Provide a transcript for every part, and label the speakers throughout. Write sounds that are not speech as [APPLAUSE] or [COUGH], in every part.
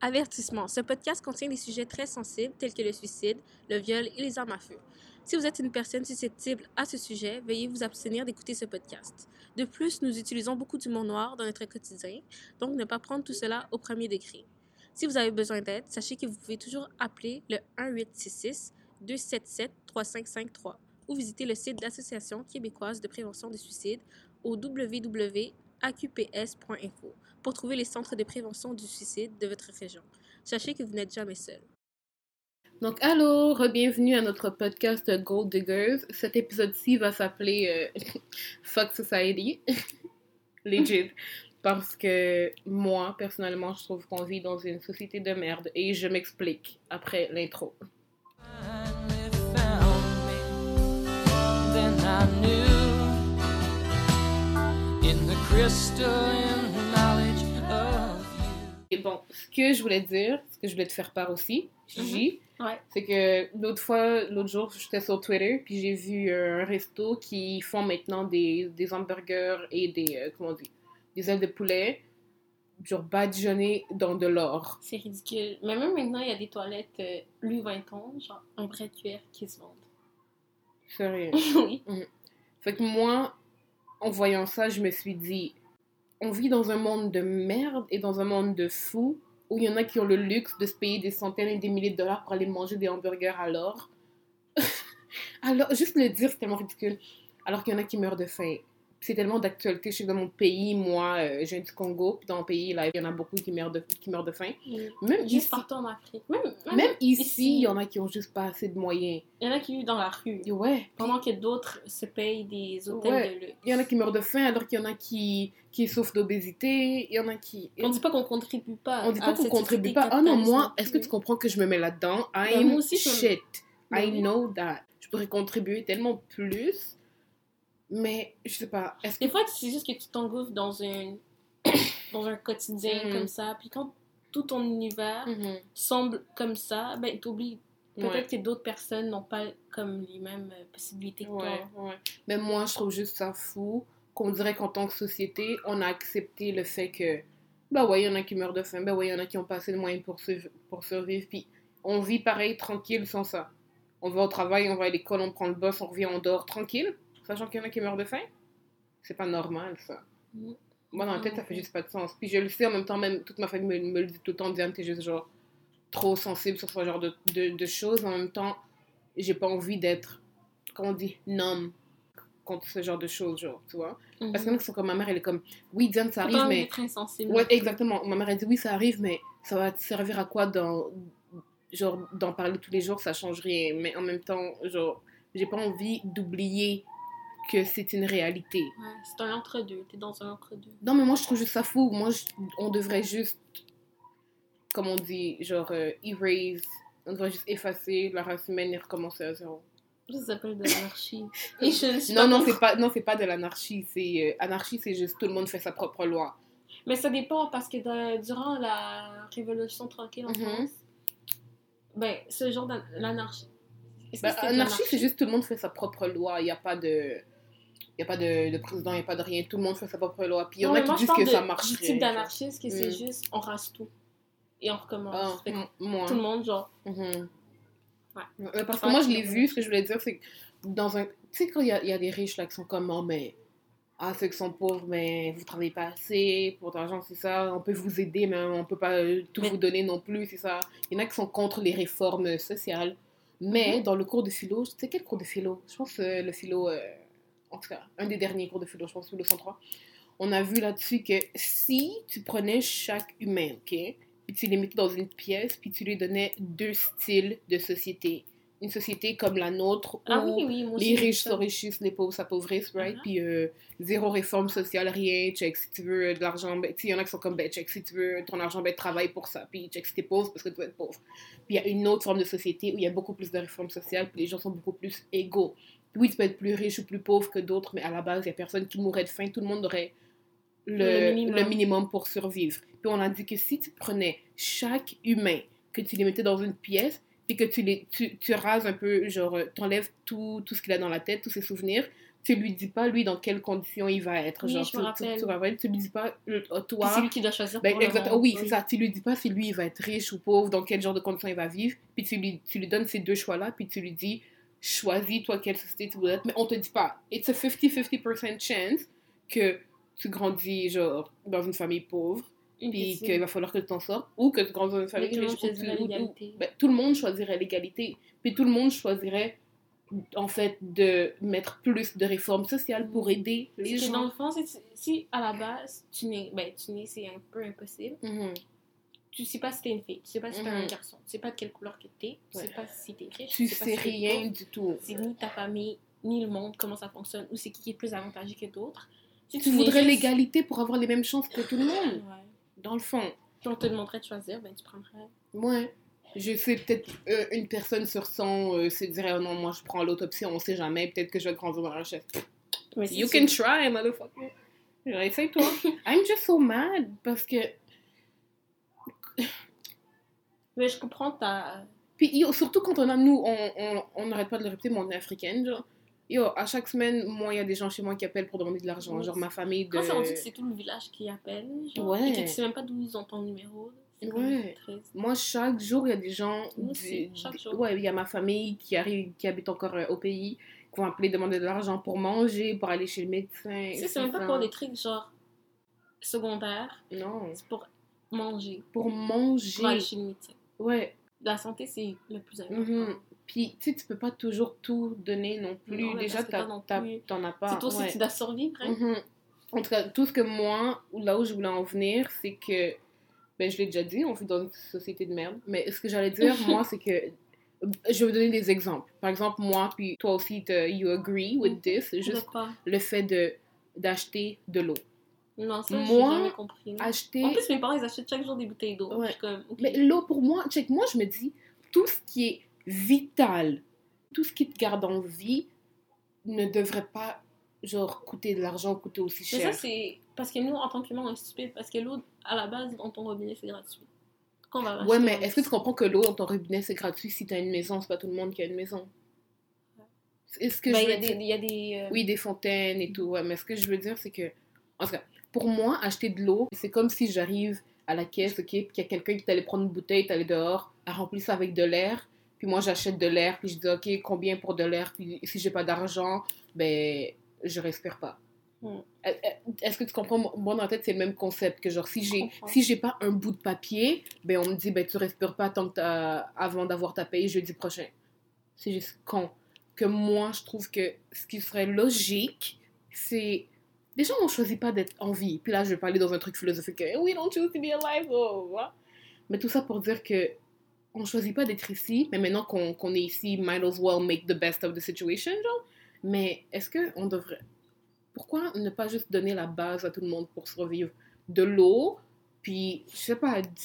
Speaker 1: Avertissement. Ce podcast contient des sujets très sensibles tels que le suicide, le viol et les armes à feu. Si vous êtes une personne susceptible à ce sujet, veuillez vous abstenir d'écouter ce podcast. De plus, nous utilisons beaucoup d'humour noir dans notre quotidien, donc ne pas prendre tout cela au premier degré. Si vous avez besoin d'aide, sachez que vous pouvez toujours appeler le 1-866-277-3553 ou visiter le site de l'Association québécoise de prévention des suicides au www.aqps.info pour trouver les centres de prévention du suicide de votre région. Sachez que vous n'êtes jamais seul.
Speaker 2: Donc, allô, re-bienvenue à notre podcast Gold Diggers. Cet épisode-ci va s'appeler euh, [LAUGHS] Fuck Society. [LAUGHS] Legit. Parce que moi, personnellement, je trouve qu'on vit dans une société de merde et je m'explique après l'intro.
Speaker 3: And it found me. Then I knew in the crystalline knowledge of you.
Speaker 2: Et bon, ce que je voulais dire, ce que je voulais te faire part aussi, Gigi,
Speaker 1: Ouais.
Speaker 2: c'est que l'autre fois, l'autre jour, j'étais sur Twitter, puis j'ai vu euh, un resto qui font maintenant des, des hamburgers et des, euh, comment on dit, des ailes de poulet, genre badigeonnées dans de l'or.
Speaker 1: C'est ridicule. Mais même maintenant, il y a des toilettes euh, Louis Vuitton, genre un vrai cuir qui se vendent.
Speaker 2: Sérieux.
Speaker 1: [LAUGHS] oui.
Speaker 2: Mm. Fait que moi, en voyant ça, je me suis dit, on vit dans un monde de merde et dans un monde de fous où il y en a qui ont le luxe de se payer des centaines et des milliers de dollars pour aller manger des hamburgers à l'or. [LAUGHS] Alors, juste le dire, c'est tellement ridicule. Alors qu'il y en a qui meurent de faim. C'est tellement d'actualité. Je sais que dans mon pays, moi, euh, je viens du Congo, puis dans mon pays, là, il y en a beaucoup qui meurent de, qui meurent de faim. Même
Speaker 1: Juste
Speaker 2: ici-
Speaker 1: partout en Afrique. Même, même-
Speaker 2: même
Speaker 1: ici.
Speaker 2: ici, il y en a qui ont juste pas assez de moyens.
Speaker 1: Il y en a qui vivent dans la rue.
Speaker 2: Et ouais.
Speaker 1: Pendant que d'autres se payent des hôtels
Speaker 2: Ouais.
Speaker 1: de luxe.
Speaker 2: Il y en a qui meurent de faim alors qu'il y en a qui, qui souffrent d'obésité, il y en a qui...
Speaker 1: On dit pas qu'on contribue pas.
Speaker 2: On dit
Speaker 1: à
Speaker 2: pas qu'on
Speaker 1: cette
Speaker 2: contribue
Speaker 1: société
Speaker 2: pas. Ah non,
Speaker 1: capitaliste
Speaker 2: moi,
Speaker 1: plus.
Speaker 2: est-ce que tu comprends que je me mets là-dedans
Speaker 1: Ben,
Speaker 2: I'm
Speaker 1: moi aussi, je me-
Speaker 2: shit.
Speaker 1: Ben
Speaker 2: I
Speaker 1: oui.
Speaker 2: know that. Je pourrais contribuer tellement plus, mais je sais pas. Est-ce que...
Speaker 1: Des fois, c'est juste que tu t'engouffres dans une... [COUGHS] dans un quotidien
Speaker 2: Mhm.
Speaker 1: comme ça. Puis quand tout ton univers
Speaker 2: Mhm.
Speaker 1: semble comme ça, ben t'oublies peut-être
Speaker 2: Ouais.
Speaker 1: que d'autres personnes n'ont pas comme les mêmes euh, possibilités que
Speaker 2: Ouais,
Speaker 1: toi.
Speaker 2: ouais. Mais moi, je trouve juste ça fou qu'on dirait qu'en tant que société, on a accepté le fait que, bah ouais, il y en a qui meurent de faim, bah ouais, il y en a qui ont pas assez de moyens pour, surv- pour survivre, puis on vit pareil, tranquille, sans ça. On va au travail, on va à l'école, on prend le bus, on revient, on dort, tranquille, sachant qu'il y en a qui meurent de faim. C'est pas normal, ça.
Speaker 1: Mm.
Speaker 2: Moi, dans la tête, ça fait juste pas de sens. Puis je le sais, en même temps, même toute ma famille me, me le dit tout le temps, Diane, t'es juste genre trop sensible sur ce genre de, de, de choses. En même temps, j'ai pas envie d'être, comment on dit, numb contre ce genre de choses, genre, tu vois. Parce qu'il y en a qui sont comme ma mère, elle est comme, oui, Diane, ça arrive,
Speaker 1: T'as Mhm. Mm. pas envie
Speaker 2: mais.
Speaker 1: d'être insensible.
Speaker 2: Ouais, exactement. Ma mère, elle dit, oui, ça arrive, mais ça va te servir à quoi dans. Genre, d'en parler tous les jours, ça change rien. Mais en même temps, genre, j'ai pas envie d'oublier que c'est une réalité.
Speaker 1: Ouais, c'est un entre-deux. T'es dans un entre-deux.
Speaker 2: Non, mais moi, je trouve juste ça fou. Moi, je- on devrait juste, comme on dit, genre, euh, erase. On devrait juste effacer la race humaine et recommencer à zéro.
Speaker 1: Ça s'appelle
Speaker 2: [LAUGHS]
Speaker 1: de l'anarchie. Et je ne suis
Speaker 2: Non,
Speaker 1: pas
Speaker 2: non,
Speaker 1: contre.
Speaker 2: c'est pas, non, c'est pas de l'anarchie. C'est euh, anarchie, c'est juste tout le monde fait sa propre loi.
Speaker 1: Mais ça dépend parce que de- durant la Révolution tranquille en
Speaker 2: Mhm.
Speaker 1: France, ben, ce genre d'an- l'anarchie. Est-ce que
Speaker 2: Bah,
Speaker 1: c'était de
Speaker 2: anarchie, c'est
Speaker 1: l'anarchie?
Speaker 2: juste tout le monde fait sa propre loi. Il n'y a pas de, il y a pas de, de président, il n'y a pas de rien. Tout le monde fait sa propre loi. Puis il y
Speaker 1: Non,
Speaker 2: en
Speaker 1: mais
Speaker 2: a qui
Speaker 1: moi, je
Speaker 2: disent
Speaker 1: parle
Speaker 2: que
Speaker 1: de-
Speaker 2: ça
Speaker 1: Du
Speaker 2: marche. euh,
Speaker 1: type d'anarchiste, que c'est
Speaker 2: Mm.
Speaker 1: juste on rase tout et on recommence.
Speaker 2: Ah,
Speaker 1: Fait que
Speaker 2: m- moi.
Speaker 1: tout le monde, genre,
Speaker 2: Mhm.
Speaker 1: Ouais.
Speaker 2: Euh, Parce que
Speaker 1: Ouais,
Speaker 2: moi, je
Speaker 1: c'est
Speaker 2: l'ai
Speaker 1: vrai.
Speaker 2: vu, ce que je voulais dire, c'est que dans un. Tu sais, quand il y a, il y a des riches là qui sont comme, oh, mais. Ah, ceux qui sont pauvres, mais vous travaillez pas assez pour d'argent, c'est ça. On peut vous aider, mais on peut pas euh, tout
Speaker 1: Mais-
Speaker 2: vous donner non plus, c'est ça. Il y en a qui sont contre les réformes sociales.
Speaker 1: Mhm.
Speaker 2: Mais dans le cours de philo, tu sais quel cours de philo Je pense euh, le philo. euh, en tout cas, un des derniers cours de philo, je pense, philo 103. On a vu là-dessus que si tu prenais chaque humain, ok puis tu les mettais dans une pièce, puis tu lui donnais deux styles de société. Une société comme la nôtre où
Speaker 1: ah oui, oui, moi aussi,
Speaker 2: les riches
Speaker 1: j'aime ça.
Speaker 2: s'enrichissent, les pauvres s'appauvrissent, right?
Speaker 1: Mhm.
Speaker 2: Puis euh, zéro réforme sociale, rien, check si tu veux euh, de l'argent, ben, tu sais, il y en a qui sont comme, ben, check si tu veux ton argent, ben, travaille pour ça. Puis check si t'es pauvre parce que tu vas être pauvre. Puis il y a une autre forme de société où il y a beaucoup plus de réformes sociales, puis les gens sont beaucoup plus égaux. Oui, tu peux être plus riche ou plus pauvre que d'autres, mais à la base, il n'y a personne qui mourrait de faim, tout le monde aurait le,
Speaker 1: Le minimum.
Speaker 2: le minimum pour survivre. Puis on a dit que si tu prenais chaque humain, que tu les mettais dans une pièce, puis que tu, les, tu, tu rases un peu, genre, euh, t'enlèves tout, tout ce qu'il a dans la tête, tous ses souvenirs, tu lui dis pas, lui, dans quelles conditions il va être.
Speaker 1: Oui,
Speaker 2: Genre,
Speaker 1: je
Speaker 2: tu,
Speaker 1: me
Speaker 2: tu-
Speaker 1: rappelle.
Speaker 2: tu te rappelles, tu lui dis pas, euh, oh,
Speaker 1: Puis
Speaker 2: toi.
Speaker 1: c'est lui qui doit choisir
Speaker 2: Ben,
Speaker 1: pour le
Speaker 2: exact-
Speaker 1: monde.
Speaker 2: oui, c'est ça. Tu lui dis pas si lui, il va être riche ou pauvre, dans quel genre de conditions il va vivre. Puis tu lui, tu lui donnes ces deux choix-là, puis tu lui dis, choisis, toi, quelle société tu veux être. Mais on te dit pas, it's a 50-50% chance que tu grandis, genre, dans une famille pauvre,
Speaker 1: Une
Speaker 2: puis
Speaker 1: question.
Speaker 2: qu'il va falloir que tu t'en sortes, ou que tu grandis dans une famille
Speaker 1: tout le
Speaker 2: riche.
Speaker 1: monde
Speaker 2: ou
Speaker 1: choisit
Speaker 2: tu-
Speaker 1: la
Speaker 2: ou- ou-
Speaker 1: légalité.
Speaker 2: ben, tout le monde choisirait l'égalité. Puis tout le monde choisirait, en fait, de mettre plus de réformes sociales pour aider les
Speaker 1: C'est
Speaker 2: gens.
Speaker 1: que dans le fond, si, tu- si à la base, tu n'es, ben, tu n'es, c'est un peu impossible.
Speaker 2: Mhm.
Speaker 1: Tu sais pas si t'es une fille, tu sais pas si t'es un
Speaker 2: Mhm.
Speaker 1: garçon, tu sais pas de quelle couleur que t'es, tu
Speaker 2: Ouais.
Speaker 1: sais pas si t'es riche,
Speaker 2: Tu
Speaker 1: pas
Speaker 2: sais
Speaker 1: si t'es
Speaker 2: rien
Speaker 1: pauvre.
Speaker 2: du tout.
Speaker 1: C'est ni ta famille, ni le monde, comment ça fonctionne, ou c'est qui qui est plus avantageux que d'autres. Si
Speaker 2: Tu
Speaker 1: n'es
Speaker 2: voudrais
Speaker 1: juste-
Speaker 2: l'égalité pour avoir les mêmes chances que tout le monde,
Speaker 1: Ouais.
Speaker 2: dans le fond.
Speaker 1: Puis on te demanderait de choisir, ben tu prendrais.
Speaker 2: Moi, je sais peut-être euh, une personne sur 100 euh, se dirait oh non, moi je prends l'autopsie, on sait jamais, peut-être que je vais grandir dans la richesse.
Speaker 1: Mais
Speaker 2: You can try, motherfucker. Essaye
Speaker 1: [LAUGHS]
Speaker 2: toi. I'm just so mad parce que.
Speaker 1: Mais je comprends ta.
Speaker 2: Puis yo, surtout quand on a, nous, on- on on n'arrête pas de le répéter, mais on est africaine, genre. Yo, à chaque semaine, moi, il y a des gens chez moi qui appellent pour demander de l'argent.
Speaker 1: Oui.
Speaker 2: Genre ma famille de.
Speaker 1: Quand c'est rendu que c'est tout le village qui appelle, genre,
Speaker 2: Ouais.
Speaker 1: et que tu sais même pas d'où ils ont ton numéro, c'est quand
Speaker 2: Ouais.
Speaker 1: même triste.
Speaker 2: Moi, chaque jour, il y a des gens.
Speaker 1: Moi
Speaker 2: du-
Speaker 1: aussi, chaque jour.
Speaker 2: Ouais, il y a ma famille qui arrive, qui habite encore euh, au pays, qui vont appeler demander de l'argent pour manger, pour aller chez le médecin.
Speaker 1: Tu sais, c'est même pas pour des trucs genre secondaires,
Speaker 2: Non,
Speaker 1: c'est pour manger,
Speaker 2: pour
Speaker 1: pour aller
Speaker 2: manger.
Speaker 1: chez le médecin.
Speaker 2: Ouais.
Speaker 1: La santé, c'est le plus important.
Speaker 2: mhm. Puis, tu sais, tu peux pas toujours tout donner non plus.
Speaker 1: Non, mais
Speaker 2: Déjà,
Speaker 1: parce que
Speaker 2: t'as-
Speaker 1: toi non
Speaker 2: t'as-
Speaker 1: plus.
Speaker 2: t'en as pas.
Speaker 1: C'est toi aussi,
Speaker 2: ouais.
Speaker 1: tu dois survivre. hein.
Speaker 2: Mhm. En tout cas, tout ce que moi, ou là où je voulais en venir, c'est que, ben, je l'ai déjà dit, on vit dans une société de merde. Mais ce que j'allais dire,
Speaker 1: [LAUGHS]
Speaker 2: moi, c'est que, je vais vous donner des exemples. Par exemple, moi, puis toi aussi, te- you agree
Speaker 1: Mm.
Speaker 2: with this,
Speaker 1: De
Speaker 2: juste
Speaker 1: quoi?
Speaker 2: le fait de d'acheter de l'eau.
Speaker 1: Non, ça, j'ai
Speaker 2: Moi,
Speaker 1: jamais compris. non.
Speaker 2: Acheter.
Speaker 1: En plus, mes parents, ils achètent chaque jour des bouteilles d'eau.
Speaker 2: Ouais.
Speaker 1: Je suis comme, ok.
Speaker 2: Mais l'eau, pour moi, check, moi, je me dis, tout ce qui est vital, tout ce qui te garde en vie, ne devrait pas, genre, coûter de l'argent, coûter aussi
Speaker 1: Mais ça,
Speaker 2: cher.
Speaker 1: c'est parce que nous, en tant qu'humains, on est stupides. Parce que l'eau, à la base, dans ton robinet, c'est gratuit. Qu'on va
Speaker 2: Ouais,
Speaker 1: l'acheter,
Speaker 2: mais
Speaker 1: on-
Speaker 2: est-ce que tu comprends que l'eau dans ton robinet c'est gratuit si t'as une maison C'est pas tout le monde qui a une maison. Est-ce que
Speaker 1: Ben,
Speaker 2: je
Speaker 1: il y
Speaker 2: veux
Speaker 1: a des.
Speaker 2: dire-
Speaker 1: il y a des, euh,
Speaker 2: Oui, des fontaines et tout, ouais, mais ce que je veux dire c'est que. En tout cas, pour moi, acheter de l'eau, c'est comme si j'arrive à la caisse, ok, puis qu'il y a quelqu'un qui t'allait prendre une bouteille, t'allais dehors, à remplir ça avec de l'air, puis moi j'achète de l'air, puis je dis ok, combien pour de l'air, puis si j'ai pas d'argent, ben je respire pas.
Speaker 1: Mm.
Speaker 2: Euh, euh, Est-ce que tu comprends? Moi, dans la tête, c'est le même concept que genre, si j'ai
Speaker 1: comprends.
Speaker 2: si j'ai pas un bout de papier, ben on me dit, ben tu respires pas tant que t'as- avant d'avoir ta paye jeudi prochain. C'est juste con. Que moi, je trouve que ce qui serait logique, c'est. Les gens n'ont choisi pas d'être en vie. Puis là, je vais parler dans un truc philosophique. que, We don't choose to be alive. oh, voilà. Mais tout ça pour dire que on choisit pas d'être ici, mais maintenant qu'on qu'on est ici, might as well make the best of the situation, genre. Mais est-ce que on devrait pourquoi ne pas juste donner la base à tout le monde pour survivre De l'eau, puis, je sais pas, du,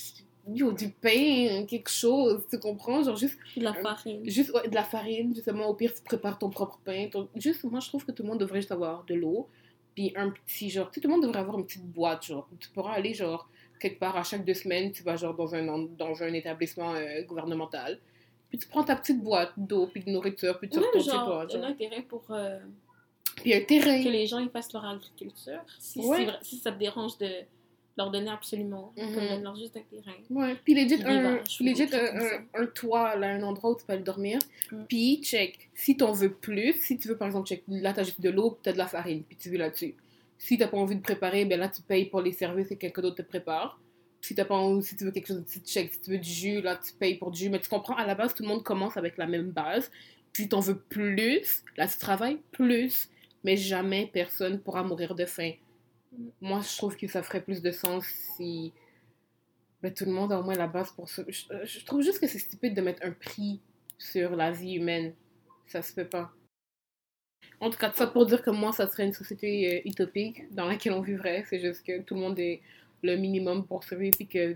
Speaker 2: yo, du pain, quelque chose, tu comprends Genre, juste,
Speaker 1: de la farine.
Speaker 2: juste ouais, de la farine, justement, au pire, tu prépares ton propre pain. ton- Juste, moi, je trouve que tout le monde devrait juste avoir de l'eau, puis un petit, genre, tu sais, tout le monde devrait avoir une petite boîte, genre. Tu pourras aller, genre, quelque part, à chaque deux semaines, tu vas, genre, dans un, en- dans un établissement euh, gouvernemental. Puis tu prends ta petite boîte d'eau, puis de nourriture, puis tu
Speaker 1: Même
Speaker 2: retournes chez
Speaker 1: genre,
Speaker 2: toi.
Speaker 1: un
Speaker 2: genre.
Speaker 1: intérêt pour euh,
Speaker 2: Puis un terrain.
Speaker 1: que les gens ils fassent leur agriculture. Si,
Speaker 2: Ouais.
Speaker 1: c'est vrai- si ça te dérange de leur donner absolument,
Speaker 2: Mhm.
Speaker 1: comme donne leur juste un terrain.
Speaker 2: Ouais, puis legit,
Speaker 1: Puis des
Speaker 2: un,
Speaker 1: vaches,
Speaker 2: legit,
Speaker 1: ou des trucs
Speaker 2: un,
Speaker 1: comme
Speaker 2: un- un toit, là, un endroit où tu peux aller dormir.
Speaker 1: Mm.
Speaker 2: Puis, check, si t'en veux plus, si tu veux, par exemple, check, là, t'as juste de l'eau, puis t'as de la farine, puis tu vis là-dessus. Si t'as pas envie de préparer, ben là, tu payes pour les services que quelqu'un d'autre te prépare. Si t'as pas envie, si tu veux quelque chose, si tu check, si tu veux du jus, là, tu payes pour du jus. Mais tu comprends, à la base, tout le monde commence avec la même base. Si t'en veux plus, là, tu travailles plus. Mais jamais personne pourra mourir de faim.
Speaker 1: Mm.
Speaker 2: Moi, je trouve que ça ferait plus de sens si... Ben, tout le monde a au moins la base pour ça. Je, euh, je trouve juste que c'est stupide de mettre un prix sur la vie humaine. Ça se peut pas. En tout cas, tout ça pour dire que moi, ça serait une société euh, utopique dans laquelle on vivrait. C'est juste que tout le monde ait le minimum pour survivre et que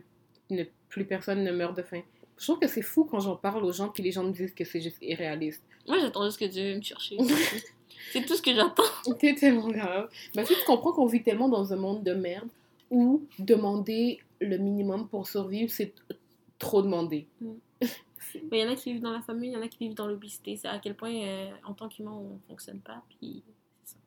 Speaker 2: ne- plus personne ne meurt de faim. Je trouve que c'est fou quand j'en parle aux gens puis les gens me disent que c'est juste irréaliste. [LAUGHS]
Speaker 1: Moi, j'attends juste que Dieu vienne me chercher. [LAUGHS] c'est tout ce que j'attends.
Speaker 2: T'es tellement grave. Mais tu comprends qu'on vit tellement dans un monde de merde où demander le minimum pour survivre, c'est t- trop demander.
Speaker 1: Mais il y en a qui vivent dans la famille, il y en a qui vivent dans l'obésité. C'est à quel point, euh, en tant qu'humain, on fonctionne pas. Puis, c'est ça.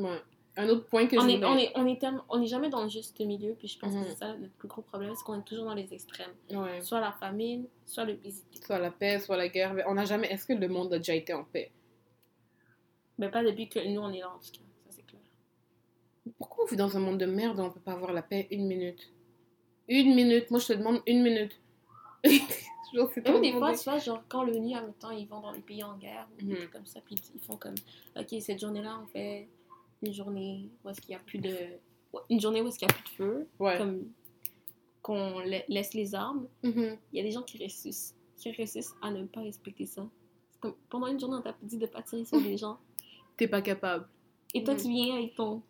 Speaker 2: Ouais. Un autre point que
Speaker 1: on
Speaker 2: je
Speaker 1: est,
Speaker 2: voulais-
Speaker 1: on, est, on, est tellement- on est jamais dans le juste milieu, puis je pense
Speaker 2: Mhm.
Speaker 1: que c'est ça notre plus gros problème, c'est qu'on est toujours dans les extrêmes.
Speaker 2: Ouais.
Speaker 1: Soit la famine, soit l'obésité.
Speaker 2: Soit la paix, soit la guerre. mais On n'a jamais. Est-ce que le monde a déjà été en paix
Speaker 1: Mais pas depuis que nous, on est là, en tout cas. Ça, c'est clair.
Speaker 2: Pourquoi on vit dans un monde de merde où on peut pas avoir la paix une minute Une minute. Moi, je te demande une minute. [LAUGHS] Genre, c'est
Speaker 1: Même
Speaker 2: trop
Speaker 1: des fois,
Speaker 2: demandé.
Speaker 1: tu vois, genre, quand l'ONU, en même temps, ils vont dans les pays en guerre, ou des
Speaker 2: Mhm.
Speaker 1: trucs comme ça, puis ils font comme, OK, cette journée-là, on fait une journée où est-ce qu'il n'y a plus de... Une journée où est-ce qu'il n'y a plus de feu,
Speaker 2: Ouais.
Speaker 1: comme qu'on la- laisse les armes.
Speaker 2: Mhm.
Speaker 1: Il y a des gens qui réussissent, qui réussissent à ne pas respecter ça. C'est comme, pendant une journée, on t'a dit de pas tirer sur les gens.
Speaker 2: T'es pas capable.
Speaker 1: Et toi,
Speaker 2: Mhm.
Speaker 1: tu viens avec ton...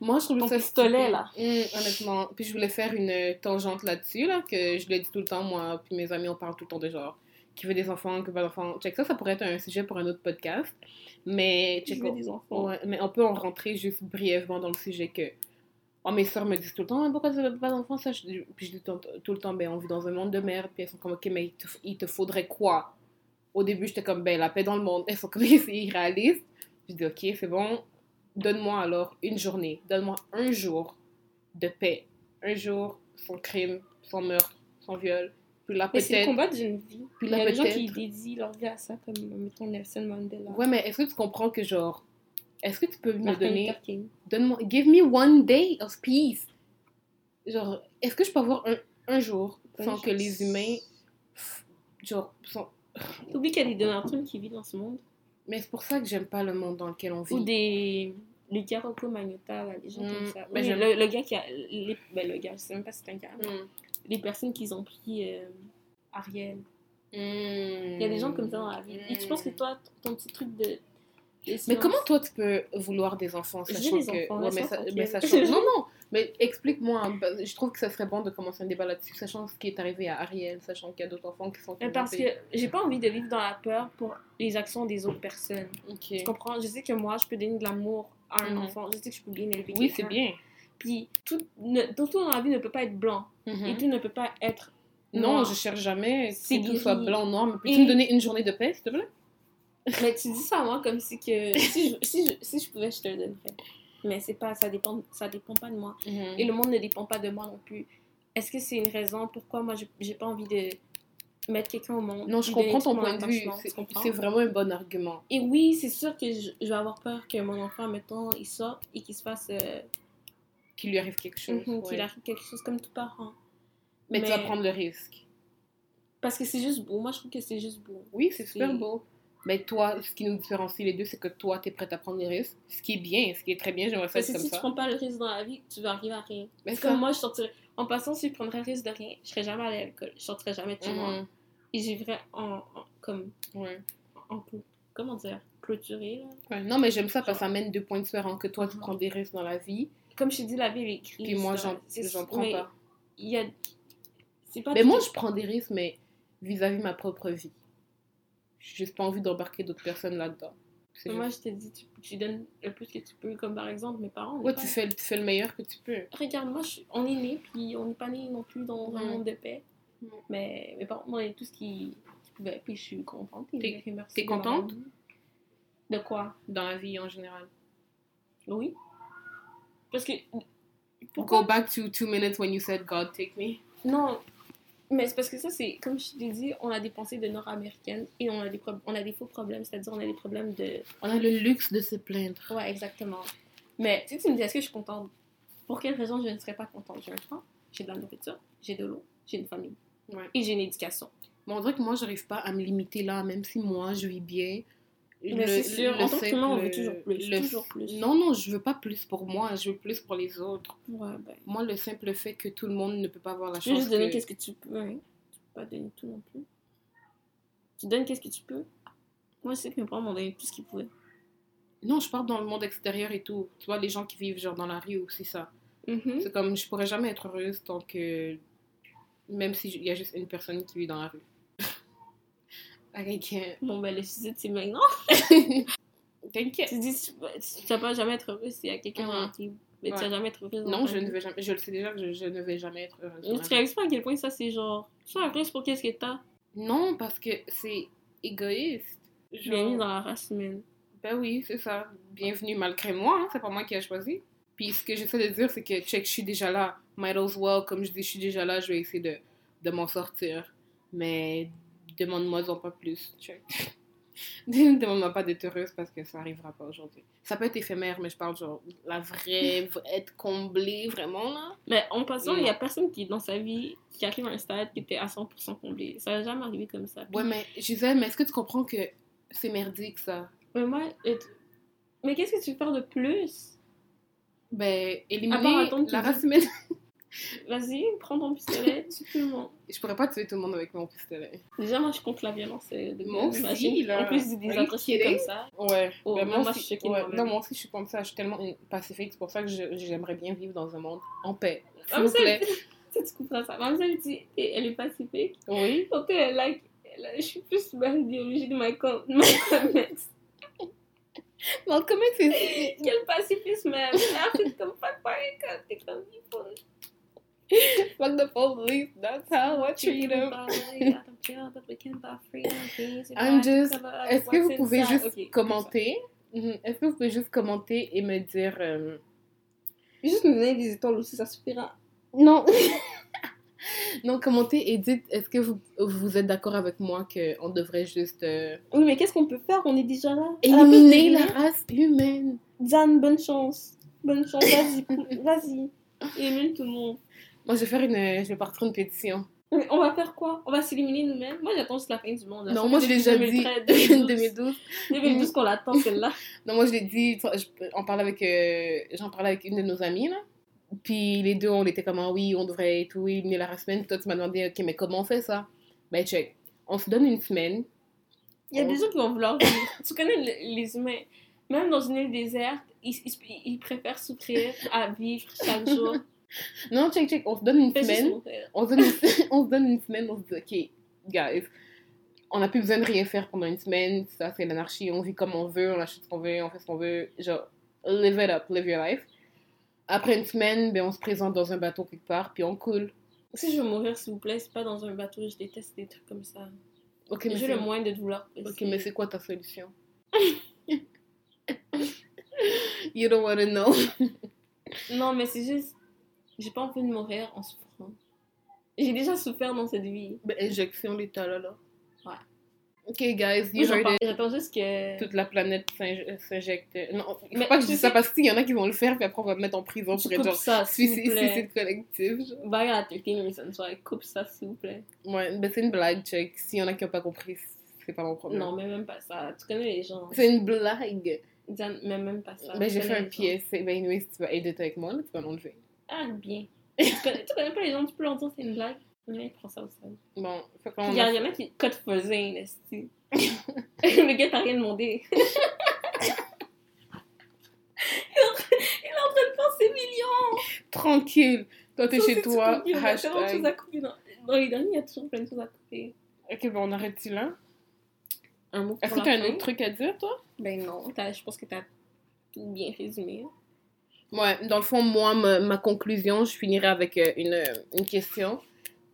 Speaker 2: Moi, je trouve
Speaker 1: Ton
Speaker 2: ça
Speaker 1: pistolet,
Speaker 2: stupide.
Speaker 1: là.
Speaker 2: Mm, honnêtement. Puis je voulais faire une euh, tangente là-dessus, là, que je le dis tout le temps, moi, puis mes amis, on parle tout le temps de genre qui veut des enfants, qui veut pas d'enfants. Check ça, ça pourrait être un sujet pour un autre podcast. Mais
Speaker 1: Tu
Speaker 2: check
Speaker 1: veux des enfants.
Speaker 2: Ouais, mais on peut en rentrer juste brièvement dans le sujet que. Oh, mes soeurs me disent tout le temps, Ah, pourquoi tu veux pas d'enfants ça? je- Puis je dis tout, tout le temps, ben on vit dans un monde de merde. Puis elles sont comme, ok, mais il te, il te faudrait quoi? Au début, j'étais comme, ben la paix dans le monde. Elles sont comme, [LAUGHS] c'est irréaliste. Je dis, ok, c'est bon, donne-moi alors une journée, donne-moi un jour de paix. Un jour sans crime, sans meurtre, sans viol. Puis là,
Speaker 1: Mais c'est le
Speaker 2: peut-être.
Speaker 1: combat d'une vie.
Speaker 2: Puis
Speaker 1: Il
Speaker 2: là,
Speaker 1: y a des gens
Speaker 2: peut-être.
Speaker 1: qui dédient leur vie à ça, comme, mettons, Nelson Mandela.
Speaker 2: Ouais, mais est-ce que tu comprends que genre. Est-ce que tu peux me
Speaker 1: Martin
Speaker 2: donner.
Speaker 1: Luther King.
Speaker 2: Donne-moi, give me one day of peace. Genre, est-ce que je peux avoir un, un jour sans
Speaker 1: Ouais,
Speaker 2: que
Speaker 1: je-
Speaker 2: les humains, pff, genre, sont...
Speaker 1: T'oublies qu'il y a des Donald Trump qui vivent dans ce monde.
Speaker 2: Mais c'est pour ça que j'aime pas le monde dans lequel on vit.
Speaker 1: Ou des. Les gars Rocco Magnota, là, les gens comme
Speaker 2: Mm,
Speaker 1: ça.
Speaker 2: ben,
Speaker 1: Oui,
Speaker 2: j'aime-
Speaker 1: le, le gars qui a. Les, ben, le gars, je sais même pas si c'est un gars. mais
Speaker 2: Mm.
Speaker 1: Les personnes qui ont pris euh, Ariel.
Speaker 2: Mm.
Speaker 1: Il y a des gens comme ça dans la vie. Et tu penses que toi, t- ton petit truc de. de
Speaker 2: Mais
Speaker 1: silence-
Speaker 2: comment toi tu peux vouloir des enfants
Speaker 1: J'ai
Speaker 2: sachant
Speaker 1: des
Speaker 2: que
Speaker 1: enfants,
Speaker 2: ouais,
Speaker 1: laisse-moi
Speaker 2: mais, ça-
Speaker 1: tranquille.
Speaker 2: mais sachant
Speaker 1: [LAUGHS]
Speaker 2: non non mais explique-moi hein, parce que je trouve que ça serait bon de commencer un débat là-dessus sachant ce qui est arrivé à Ariel sachant qu'il y a d'autres enfants qui sont
Speaker 1: Mais ben, Parce que j'ai pas envie de vivre dans la peur pour les actions des autres personnes.
Speaker 2: Ok.
Speaker 1: Tu comprends? Je sais que moi, je peux donner de l'amour à un
Speaker 2: Mhm.
Speaker 1: enfant. Je sais que je peux bien élever
Speaker 2: oui c'est
Speaker 1: quelqu'un.
Speaker 2: bien
Speaker 1: Puis, tout, ne, tout dans la vie ne peut pas être blanc.
Speaker 2: Mhm.
Speaker 1: Et tout ne peut pas être.
Speaker 2: Non,
Speaker 1: noir.
Speaker 2: je cherche jamais
Speaker 1: C'est
Speaker 2: que tout soit
Speaker 1: gris.
Speaker 2: blanc ou noir. Mais peux-tu
Speaker 1: Et-
Speaker 2: me donner une journée de paix, s'il te plaît?
Speaker 1: Mais tu dis ça à moi comme si que si je, si je, si je pouvais, je te le donnerais. Mais c'est pas, ça dépend, ça dépend pas de moi. Et le monde ne dépend pas de moi non plus. Est-ce que c'est une raison pourquoi moi je- j'ai pas envie de mettre quelqu'un au monde
Speaker 2: Non, je
Speaker 1: lui donner
Speaker 2: comprends
Speaker 1: tout
Speaker 2: ton
Speaker 1: mon
Speaker 2: point de vue.
Speaker 1: attachement,
Speaker 2: C'est-
Speaker 1: tu comprends?
Speaker 2: C'est vraiment un bon argument.
Speaker 1: Et oui, c'est sûr que je, je vais avoir peur que mon enfant, mettons, il sorte et qu'il se fasse. euh,
Speaker 2: Qu'il lui arrive quelque chose.
Speaker 1: mhm,
Speaker 2: ouais.
Speaker 1: qu'il arrive quelque chose comme tout parent.
Speaker 2: Mais, tu vas prendre le risque.
Speaker 1: Parce que c'est juste beau. Moi, je trouve que c'est juste beau.
Speaker 2: Oui, c'est super
Speaker 1: C'est-
Speaker 2: beau. Mais toi, ce qui nous différencie les deux, c'est que toi, tu es prête à prendre le risque. Ce qui est bien, ce qui est très bien, j'aimerais faire
Speaker 1: Parce
Speaker 2: comme
Speaker 1: que si tu
Speaker 2: ça.
Speaker 1: prends pas le risque dans la vie, tu vas arriver à rien.
Speaker 2: Mais
Speaker 1: C'est comme
Speaker 2: ça-
Speaker 1: moi, je sortirais. En passant, si je prendrais le risque de rien, je serais jamais allée à l'école. Je sortirais jamais de chez moi.
Speaker 2: Mhm,
Speaker 1: Et je vivrais en, en- comme,
Speaker 2: ouais.
Speaker 1: en clou- Comment dire Clôturée, là.
Speaker 2: Ouais. Non, mais j'aime ça parce que ça amène deux points différents. Que toi, tu
Speaker 1: Mhm.
Speaker 2: prends des risques dans la vie.
Speaker 1: Comme je t'ai dit, la vie, elle est écrite.
Speaker 2: Puis moi,
Speaker 1: ça.
Speaker 2: j'en
Speaker 1: C'est-
Speaker 2: j'en prends
Speaker 1: mais
Speaker 2: pas.
Speaker 1: Il y a. C'est
Speaker 2: [LAUGHS]
Speaker 1: pas.
Speaker 2: Mais
Speaker 1: tout-
Speaker 2: moi, je prends des risques, mais vis-à-vis ma propre vie. J'ai juste pas envie d'embarquer d'autres personnes là-dedans. C'est
Speaker 1: Mais
Speaker 2: juste-
Speaker 1: Moi, je t'ai dit, tu, tu donnes le plus que tu peux. Comme par exemple, mes parents. on est
Speaker 2: Ouais,
Speaker 1: pas-
Speaker 2: tu fais, tu fais le meilleur que tu peux.
Speaker 1: Regarde, moi, je- on est né, puis on n'est pas né non plus dans un
Speaker 2: Mhm.
Speaker 1: monde de paix.
Speaker 2: Mhm.
Speaker 1: Mais mes parents m'ont donné tout ce qu'ils qu'ils pouvaient. Puis je suis contente. et
Speaker 2: T'es-
Speaker 1: je les remercie
Speaker 2: t'es
Speaker 1: de leur
Speaker 2: contente?
Speaker 1: vie. De quoi
Speaker 2: Dans la vie en général.
Speaker 1: Oui. Parce que. Pourquoi
Speaker 2: Go back to two minutes when you said God take me.
Speaker 1: Non. Mais c'est parce que ça, c'est. Comme je t'ai dit, on a des pensées de nord-américaine et on a, des prob- on a des faux problèmes, c'est-à-dire on a des problèmes de.
Speaker 2: On a le luxe de se plaindre.
Speaker 1: Ouais, exactement. Mais si tu me dis, est-ce que je suis contente Pour quelle raison je ne serais pas contente J'ai un train, j'ai de la nourriture, j'ai de l'eau, j'ai une famille.
Speaker 2: Ouais.
Speaker 1: Et j'ai une éducation.
Speaker 2: Mais on dirait que moi, j'arrive pas à me limiter là, même si moi, je vis bien.
Speaker 1: Mais c'est sûr, en tant que
Speaker 2: fait
Speaker 1: humain, on
Speaker 2: que
Speaker 1: veut toujours plus,
Speaker 2: le-
Speaker 1: toujours plus.
Speaker 2: Non, non, je veux pas plus pour moi, je veux plus pour les autres.
Speaker 1: Ouais, ben.
Speaker 2: Moi, le simple fait que tout le monde ne peut pas avoir la
Speaker 1: Tu veux
Speaker 2: chance.
Speaker 1: juste donner
Speaker 2: que-
Speaker 1: qu'est-ce que tu peux. hein. Tu peux pas donner tout non plus. Tu donnes qu'est-ce que tu peux. Moi, je sais que mes parents m'ont donné tout ce qu'ils pouvaient.
Speaker 2: Non, je parle dans le monde extérieur et tout. Tu vois, les gens qui vivent genre dans la rue aussi, ça.
Speaker 1: Mhm.
Speaker 2: C'est comme, je pourrais jamais être heureuse tant que. Même s'il y a juste une personne qui vit dans la rue. [LAUGHS] euh, I can't.
Speaker 1: Bon, ben, le suicide, c'est maintenant.
Speaker 2: T'inquiète.
Speaker 1: Tu dis, tu tu vas pas jamais être heureuse s'il y a quelqu'un
Speaker 2: Mhm.
Speaker 1: dans qui. Mais tu vas
Speaker 2: Ouais.
Speaker 1: jamais être heureuse.
Speaker 2: Non, je ne vais jamais. Je le sais déjà que je, je ne vais jamais être heureuse. dans
Speaker 1: jamais.
Speaker 2: la
Speaker 1: Tu
Speaker 2: vie.
Speaker 1: réalises pas à quel point ça, c'est genre. Tu es heureuse pour qu'est-ce que t'as
Speaker 2: Non, parce que c'est égoïste.
Speaker 1: Je l'ai mis
Speaker 2: Genre,
Speaker 1: dans la race humaine.
Speaker 2: Ben oui, c'est ça. Bienvenue malgré moi, hein, c'est pas moi qui ai choisi. Puis ce que j'essaie de dire, c'est que check, je suis déjà là. Might as well, comme je dis, je suis déjà là, je vais essayer de, de m'en sortir. Mais demande-moi-en pas plus. Check. [LAUGHS] Demande-moi pas d'être heureuse parce que ça arrivera pas aujourd'hui. Ça peut être éphémère, mais je parle genre la vraie, [LAUGHS] être comblée vraiment là.
Speaker 1: Mais en passant, il n'y a
Speaker 2: Mm.
Speaker 1: personne qui, dans sa vie, qui arrive à un stade qui était à 100% comblé. Ça n'a jamais arrivé comme ça.
Speaker 2: Ouais, mais Gisèle, mais est-ce que tu comprends que c'est merdique ça?
Speaker 1: Mais moi, euh, tu- mais qu'est-ce que tu veux faire de plus
Speaker 2: Ben, éliminer
Speaker 1: À part attendre
Speaker 2: la
Speaker 1: qu'il
Speaker 2: race humaine. [LAUGHS]
Speaker 1: Vas-y, prends ton pistolet, tue tout le monde.
Speaker 2: Je pourrais pas tuer tout le monde avec mon pistolet.
Speaker 1: Déjà, moi, je compte la violence. euh, de
Speaker 2: Moi aussi, là.
Speaker 1: En plus, des
Speaker 2: Are you
Speaker 1: atrocités
Speaker 2: kidding?
Speaker 1: comme ça.
Speaker 2: Ouais.
Speaker 1: Oh,
Speaker 2: Ben,
Speaker 1: même moi, je suis choquée de
Speaker 2: ouais.
Speaker 1: moi-même.
Speaker 2: Non, moi aussi, je suis comme ça. Je suis tellement une pacifique. C'est pour ça que je- j'aimerais bien vivre dans un monde en paix. S'il
Speaker 1: Même
Speaker 2: vous
Speaker 1: Ah, ça,
Speaker 2: plaît.
Speaker 1: tu comprends [LAUGHS] ça. Même ça, elle dit, eh, elle est pacifique.
Speaker 2: Oui.
Speaker 1: Donc, elle, like, elle- je suis plus ma idéologie de ma com- [LAUGHS] ma mère.
Speaker 2: Non, comment c'est.
Speaker 1: Quel pacifisme, même. Elle fait comme pas pareil quand t'es comme il faut.
Speaker 2: Fuck the police. That's how I treat them. I'm just- Est-ce que vous pouvez juste commenter Mhm. Est-ce que vous pouvez juste commenter et me dire. euh,
Speaker 1: Juste nous donner des étoiles aussi, ça suffira.
Speaker 2: Non. [LAUGHS] non, commentez et dites est-ce que vous, vous êtes d'accord avec moi qu'on devrait juste euh,
Speaker 1: Oui, mais qu'est-ce qu'on peut faire On est déjà là. Ah, À la place
Speaker 2: éliminer
Speaker 1: de
Speaker 2: la
Speaker 1: venir,
Speaker 2: race humaine
Speaker 1: Diane, bonne chance. Bonne chance, vas-y, pou- vas-y. Élimine tout le monde.
Speaker 2: Moi, je vais faire une. Je vais partir une pétition.
Speaker 1: Mais on va faire quoi On va s'éliminer nous-mêmes Moi, j'attends juste la fin du monde. là.
Speaker 2: non,
Speaker 1: Ça
Speaker 2: moi,
Speaker 1: fait
Speaker 2: je l'ai déjà
Speaker 1: depuis
Speaker 2: dit. [LAUGHS]
Speaker 1: 2013, 2012,
Speaker 2: 2012.
Speaker 1: 2012 qu'on l'attend, celle-là.
Speaker 2: Non, moi, je l'ai dit. tu vois, je- On parlait avec. euh, J'en parlais avec une de nos amies, là. Puis les deux, on était comme ah oui, on devrait et tout éliminer la race humaine. Puis toi, tu m'as demandé ok, mais comment on fait ça Ben, check. On se donne une semaine.
Speaker 1: Il y a
Speaker 2: Oh.
Speaker 1: des gens qui vont vouloir vivre. [LAUGHS] tu connais le- les humains. Même dans une île déserte, ils, ils, ils préfèrent souffrir à vivre
Speaker 2: [LAUGHS]
Speaker 1: chaque jour.
Speaker 2: Non, check, check. On se donne une
Speaker 1: Fais juste
Speaker 2: semaine.
Speaker 1: mourir.
Speaker 2: on se [LAUGHS] donne une, on se donne une semaine, on se dit, OK, guys, on n'a plus besoin de rien faire pendant une semaine, ça c'est l'anarchie, on vit comme on veut, on achète ce qu'on veut, on fait ce qu'on veut, genre, live it up, live your life. Après une semaine, ben, on se présente dans un bateau quelque part, puis on coule.
Speaker 1: Si je veux mourir, s'il vous plaît, c'est pas dans un bateau. Je déteste des trucs comme ça.
Speaker 2: Ok, mais c'est
Speaker 1: J'ai le moins de douleur
Speaker 2: ok,
Speaker 1: possible.
Speaker 2: mais c'est quoi ta solution? [LAUGHS] you don't want to
Speaker 1: [LAUGHS]
Speaker 2: know.
Speaker 1: Non, mais c'est juste... J'ai pas envie de mourir en souffrant. J'ai déjà souffert dans cette vie.
Speaker 2: Ben, injection létale, alors.
Speaker 1: Ouais.
Speaker 2: Ok, guys,
Speaker 1: Moi,
Speaker 2: you
Speaker 1: j'en
Speaker 2: heard
Speaker 1: parle-
Speaker 2: it.
Speaker 1: J'attends juste que...
Speaker 2: Toute la planète s'inj- s'injecte. Non, il
Speaker 1: Mais
Speaker 2: faut pas que je
Speaker 1: tu
Speaker 2: dise ça
Speaker 1: sais-
Speaker 2: parce qu'il y en a qui vont le faire, puis après on va me mettre en prison pour
Speaker 1: Tu
Speaker 2: être
Speaker 1: coupes
Speaker 2: genre
Speaker 1: ça, s'il vous
Speaker 2: suicide,
Speaker 1: plaît.
Speaker 2: suicide collectif. genre.
Speaker 1: Va à la Turquie, mais ça ne soit coupe ça, s'il vous plaît.
Speaker 2: Ouais, ben c'est une blague, check. S'il y en a qui n'ont pas compris, c'est pas mon problème.
Speaker 1: Non, mais même pas ça. Tu connais les gens.
Speaker 2: C'est une blague.
Speaker 1: Diane, mais même pas ça.
Speaker 2: ben
Speaker 1: Tu
Speaker 2: j'ai
Speaker 1: connais
Speaker 2: fait un
Speaker 1: les gens.
Speaker 2: PSA. Ben anyway, si tu vas aider avec moi, là, tu vas l'enlever.
Speaker 1: Ah, bien. [LAUGHS] tu, connais, tu connais pas les gens, tu peux l'entendre, c'est une blague. Mais il prend ça au sérieux.
Speaker 2: Bon, fait qu'on...
Speaker 1: Il y a il y en a qui code
Speaker 2: [LAUGHS]
Speaker 1: faisin, Nasty. Le gars t'a rien demandé. [LAUGHS] il est en train- il est en train de prendre ses millions.
Speaker 2: Tranquille. Toi, t'es
Speaker 1: Ça,
Speaker 2: chez
Speaker 1: c'est
Speaker 2: toi.
Speaker 1: tout coupé, on a tellement de choses à
Speaker 2: Hashtag.
Speaker 1: couper dans... dans les derniers, il y a toujours plein de choses à couper.
Speaker 2: Ok, ben on arrête-tu là?
Speaker 1: Un mot
Speaker 2: Est-ce que t'as un autre truc à dire, toi?
Speaker 1: Ben non, t'as- je pense que t'as tout bien résumé.
Speaker 2: Ouais, dans le fond, moi, ma, ma conclusion, je finirai avec euh, une, euh, une question.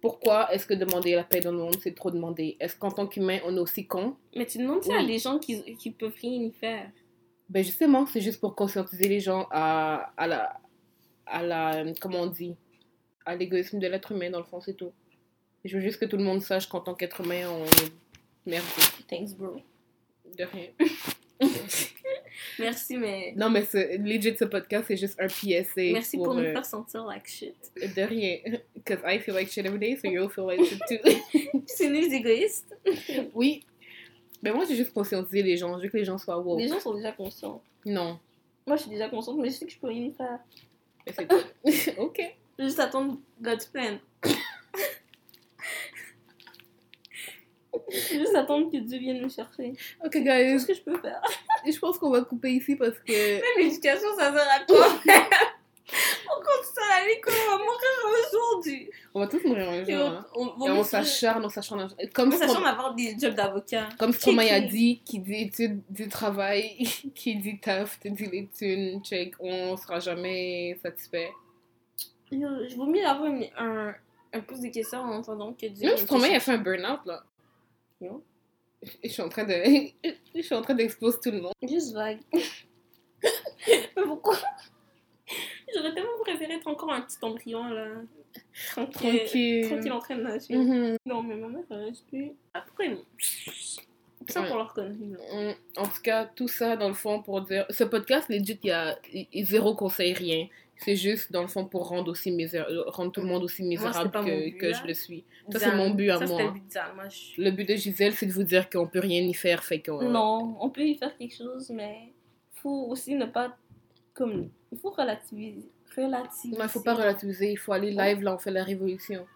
Speaker 2: Pourquoi est-ce que demander la paix dans le monde, c'est trop demander? Est-ce qu'en tant qu'humain, on est aussi con?
Speaker 1: Mais tu demandes ça à
Speaker 2: Oui.
Speaker 1: des gens qui, qui peuvent rien y faire.
Speaker 2: Ben justement, c'est juste pour conscientiser les gens à, à la... à la... comment on dit? À l'égoïsme de l'être humain, dans le fond, c'est tout. Je veux juste que tout le monde sache qu'en tant qu'être humain, on est merdique.
Speaker 1: Thanks, bro.
Speaker 2: De [LAUGHS] rien.
Speaker 1: Merci, mais.
Speaker 2: Non, mais ce, legit, ce podcast, c'est juste un PSA.
Speaker 1: Merci pour, nous
Speaker 2: euh,
Speaker 1: faire sentir like shit.
Speaker 2: De rien. [LAUGHS] Because I feel like shit every day, so you'll feel like shit too. [LAUGHS]
Speaker 1: C'est nous les égoïstes.
Speaker 2: Oui. Mais moi, j'ai juste conscientisé les gens. Je veux que les gens soient woke.
Speaker 1: Les gens sont déjà conscients.
Speaker 2: [LAUGHS] Non.
Speaker 1: Moi, je suis déjà consciente, mais je sais que je peux rien faire.
Speaker 2: Mais
Speaker 1: [LAUGHS]
Speaker 2: c'est tout. [LAUGHS] ok.
Speaker 1: Je vais juste attendre God's plan. Je vais juste attendre que Dieu vienne me chercher.
Speaker 2: Ok,
Speaker 1: C'est ce
Speaker 2: guys.
Speaker 1: que je peux faire.
Speaker 2: Je pense qu'on va couper ici parce que.
Speaker 1: Même l'éducation, ça sert à quoi [LAUGHS] On continue à l'école, on va mourir aujourd'hui.
Speaker 2: On va tous mourir un
Speaker 1: Et
Speaker 2: jour.
Speaker 1: on,
Speaker 2: hein.
Speaker 1: on,
Speaker 2: Et
Speaker 1: on,
Speaker 2: on s'acharne, on s'acharne. Comme
Speaker 1: on
Speaker 2: ce qu'on-
Speaker 1: s'acharne à avoir des jobs d'avocat.
Speaker 2: comme ce qu'on m'a
Speaker 1: Kiki.
Speaker 2: dit, qui dit études, dit travail, [LAUGHS] qui dit taf, qui dit les thunes, check, on sera jamais satisfait.
Speaker 1: Yo, Je vaut mieux avoir une- un, un plus de questions en entendant que Dieu.
Speaker 2: Même si
Speaker 1: vienne
Speaker 2: ton
Speaker 1: te
Speaker 2: mec a
Speaker 1: chercher.
Speaker 2: fait un burn-out, là.
Speaker 1: Yo.
Speaker 2: Je suis en train de. [LAUGHS] Je suis en train d'exploser tout le monde.
Speaker 1: Juste
Speaker 4: [LAUGHS]
Speaker 1: vague. Mais pourquoi
Speaker 4: J'aurais tellement préféré être encore un petit embryon, là. Tranquille.
Speaker 2: Tranquille.
Speaker 4: Tranquille en train de nager.
Speaker 2: Mhm.
Speaker 4: Non, mais ma mère, elle reste plus. Ah, Après, ils m'ont- ça
Speaker 2: Ouais.
Speaker 4: pour leur connerie, là.
Speaker 2: Mm, En tout cas, tout ça dans le fond pour dire. Ce podcast, legit, il y a il- il- zéro conseil, rien. C'est juste dans le fond pour rendre, aussi misér- euh, rendre tout le monde aussi
Speaker 4: c'était
Speaker 2: misérable
Speaker 4: pas mon
Speaker 2: que,
Speaker 4: but,
Speaker 2: que
Speaker 4: là.
Speaker 2: je le suis. Ça, c'est mon but à
Speaker 4: ça,
Speaker 2: moi. hein.
Speaker 4: c'était le but d'Anne. Moi, je-
Speaker 2: Le but de Gisèle, c'est de vous dire qu'on peut rien y faire. Fait qu'on. euh,
Speaker 1: Non, on peut y faire quelque chose, mais faut aussi ne pas. Comme. Il faut relativiser. Relativiser.
Speaker 2: Non, il faut pas relativiser, il faut aller live, là, on fait la révolution.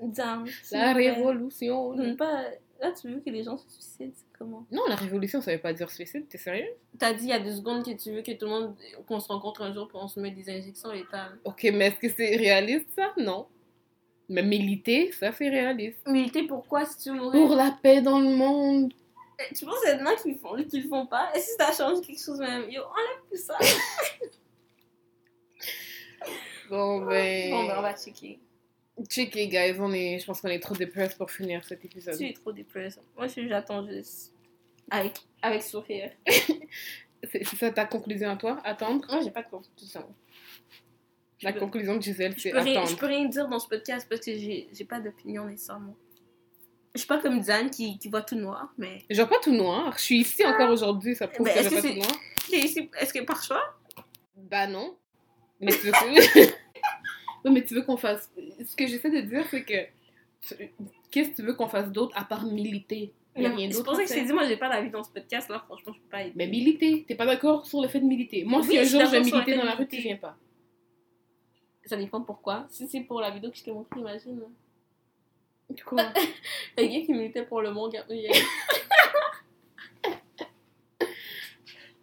Speaker 1: Damn, s'il
Speaker 2: La
Speaker 1: vous plaît.
Speaker 2: révolution!
Speaker 1: Ne pas. Là, tu veux que les gens se suicident c'est Comment
Speaker 2: Non, la révolution, ça veut pas dire suicide, t'es sérieux?
Speaker 4: T'as dit il y a deux secondes que tu veux que tout le monde. qu'on se rencontre un jour pour qu'on se mette des injections létales.
Speaker 2: Ok, mais est-ce que c'est réaliste, ça? Non. Mais militer, ça, c'est réaliste.
Speaker 4: Militer pourquoi si tu veux mourir
Speaker 2: Pour la paix dans le monde!
Speaker 1: Eh, Tu penses qu'il y a des gens qui le font, qui le font pas Est-ce que ça change quelque chose même Yo, enlève tout ça
Speaker 2: Bon, ben.
Speaker 1: Bon, ben, on va checker.
Speaker 2: Check it, guys, on est, je pense qu'on est trop depressed pour finir cet épisode.
Speaker 1: Tu es trop dépressée. Moi, je- j'attends juste. Avec, avec sourire.
Speaker 2: C'est c'est ça ta conclusion à toi Attendre
Speaker 1: Moi, j'ai pas de conclusion.
Speaker 2: La
Speaker 1: peux-
Speaker 2: conclusion de Gisèle,
Speaker 1: Je
Speaker 2: c'est
Speaker 1: peux, rien, je
Speaker 2: attendre.
Speaker 1: peux rien dire dans ce podcast parce que j'ai j'ai pas d'opinion nécessairement. Je suis pas comme Diane qui, qui voit tout noir, mais.
Speaker 2: Je vois pas tout noir. Je suis ici encore aujourd'hui, ça prouve
Speaker 1: Ben,
Speaker 2: Ah. que je
Speaker 1: est-ce
Speaker 2: vois
Speaker 1: que
Speaker 2: pas tout noir.
Speaker 1: T'es ici- Est-ce que par choix
Speaker 2: Bah non. Mais tu veux [LAUGHS] que... Oui, mais tu veux qu'on fasse... Ce que j'essaie de dire, c'est que... tu- Qu'est-ce que tu veux qu'on fasse d'autre à part militer Il y a rien
Speaker 1: C'est
Speaker 2: d'autre
Speaker 1: pour ça
Speaker 2: à
Speaker 1: que je t'ai
Speaker 2: faire.
Speaker 1: dit, moi, j'ai pas d'avis dans ce podcast là, franchement, je peux pas aider.
Speaker 2: Mais militer, t'es pas d'accord sur le fait de militer. Moi,
Speaker 1: Oui,
Speaker 2: si un
Speaker 1: je suis
Speaker 2: jour je vais
Speaker 1: d'accord sur le
Speaker 2: militer
Speaker 1: fait
Speaker 2: dans
Speaker 1: de
Speaker 2: la rue, tu
Speaker 1: militer.
Speaker 2: viens pas.
Speaker 1: Ça dépend pourquoi. Si c'est pour la vidéo que je t'ai montrée, imagine. là.
Speaker 2: Quoi
Speaker 1: Le gars qui militait pour le monde Gabriel.
Speaker 2: [LAUGHS]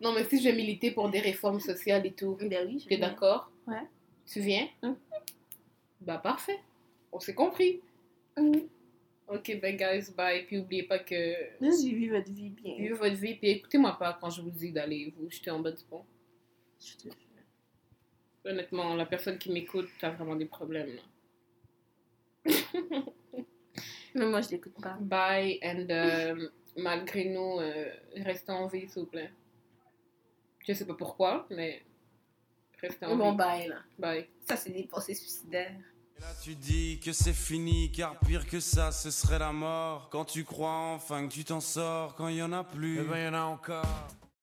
Speaker 2: Non, mais si je vais militer pour des réformes sociales et tout,
Speaker 1: ben oui,
Speaker 2: T'es d'accord
Speaker 1: Ouais.
Speaker 2: Tu viens
Speaker 1: Mhm.
Speaker 2: Bah parfait. On s'est compris.
Speaker 1: Mhm.
Speaker 2: Ok, ben guys, bye. Puis oubliez pas que
Speaker 1: Juste j'ai vu votre vie bien.
Speaker 2: vivez votre vie. Puis écoutez-moi pas quand je vous dis d'aller vous jeter en bas du pont.
Speaker 1: Je te-
Speaker 2: Honnêtement, la personne qui m'écoute, t'as vraiment des problèmes. là.
Speaker 1: Mais moi, je l'écoute pas.
Speaker 2: Bye and
Speaker 1: [LAUGHS]
Speaker 2: euh, malgré nous, euh, restez en vie, s'il vous plaît. Je sais pas pourquoi, mais restez en
Speaker 1: Bon,
Speaker 2: vie.
Speaker 1: bye là.
Speaker 2: Bye.
Speaker 1: Ça, c'est des pensées suicidaires.
Speaker 5: Et là tu dis que c'est fini car pire que ça
Speaker 3: Eh
Speaker 5: ce serait la mort Quand tu crois enfin que tu t'en sors quand il y en a plus Et ben il y en a encore